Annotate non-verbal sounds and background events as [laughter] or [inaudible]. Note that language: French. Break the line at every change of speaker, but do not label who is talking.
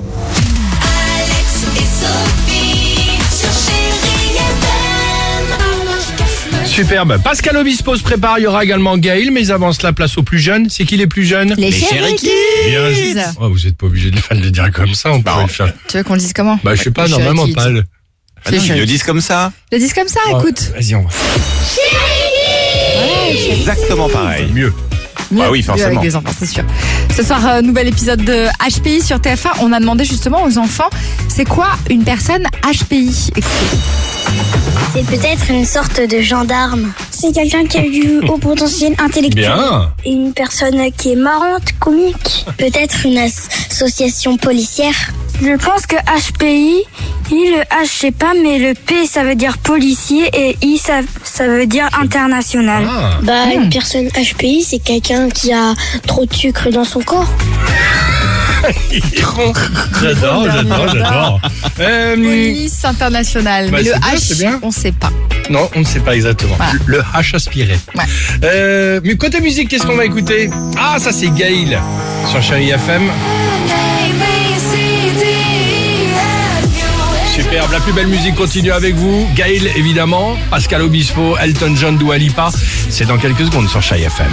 Alex et Sophie sur Chérie FM.
Superbe. Pascal Obispo se prépare, il y aura également Gaël, mais avant cela, place aux plus jeunes. C'est qui les plus jeunes
Les chéris
Bien joué. Oh, vous n'êtes pas obligé de le dire comme ça, on peut le faire.
Tu veux qu'on le dise comment
Bah, je sais pas,
Les chéris
normalement
kids.
pas. Le...
Ah non,
C'est
ils
chouette.
le disent comme ça.
Le dise comme ça, écoute.
Ah, Vas-y, on va.
Exactement pareil.
Mieux.
Mieux-
Bah oui,
mieux
forcément.
Avec les enfants, c'est sûr. Ce soir, euh, nouvel épisode de HPI sur TF1. On a demandé justement aux enfants, c'est quoi une personne HPI Écoutez.
C'est peut-être une sorte de gendarme. C'est quelqu'un qui a du haut potentiel intellectuel.
Bien.
Et Une personne qui est marrante, comique. Peut-être une as- association policière. Je pense que HPI, il le H, je sais pas, mais le P, ça veut dire policier et I, ça, ça veut dire international.
Ah.
Bah, une personne HPI, c'est quelqu'un qui a trop de sucre dans son corps.
J'adore, [laughs] j'adore, j'adore. Euh,
Police internationale.
Bah,
Mais le
c'est bien, c'est
H,
bien.
on sait pas.
non, on ne sait pas exactement.
Voilà.
Le H aspiré.
Ouais.
Euh, mais côté musique, qu'est-ce qu'on va écouter Ah, ça c'est Gaël sur Chérie FM.
A, B, C, D, E, F, G, H,
Superbe, la plus belle musique continue avec vous. Gaël, évidemment, Pascal Obispo, Elton John, Dua Lipa. C'est dans quelques secondes sur Chai FM.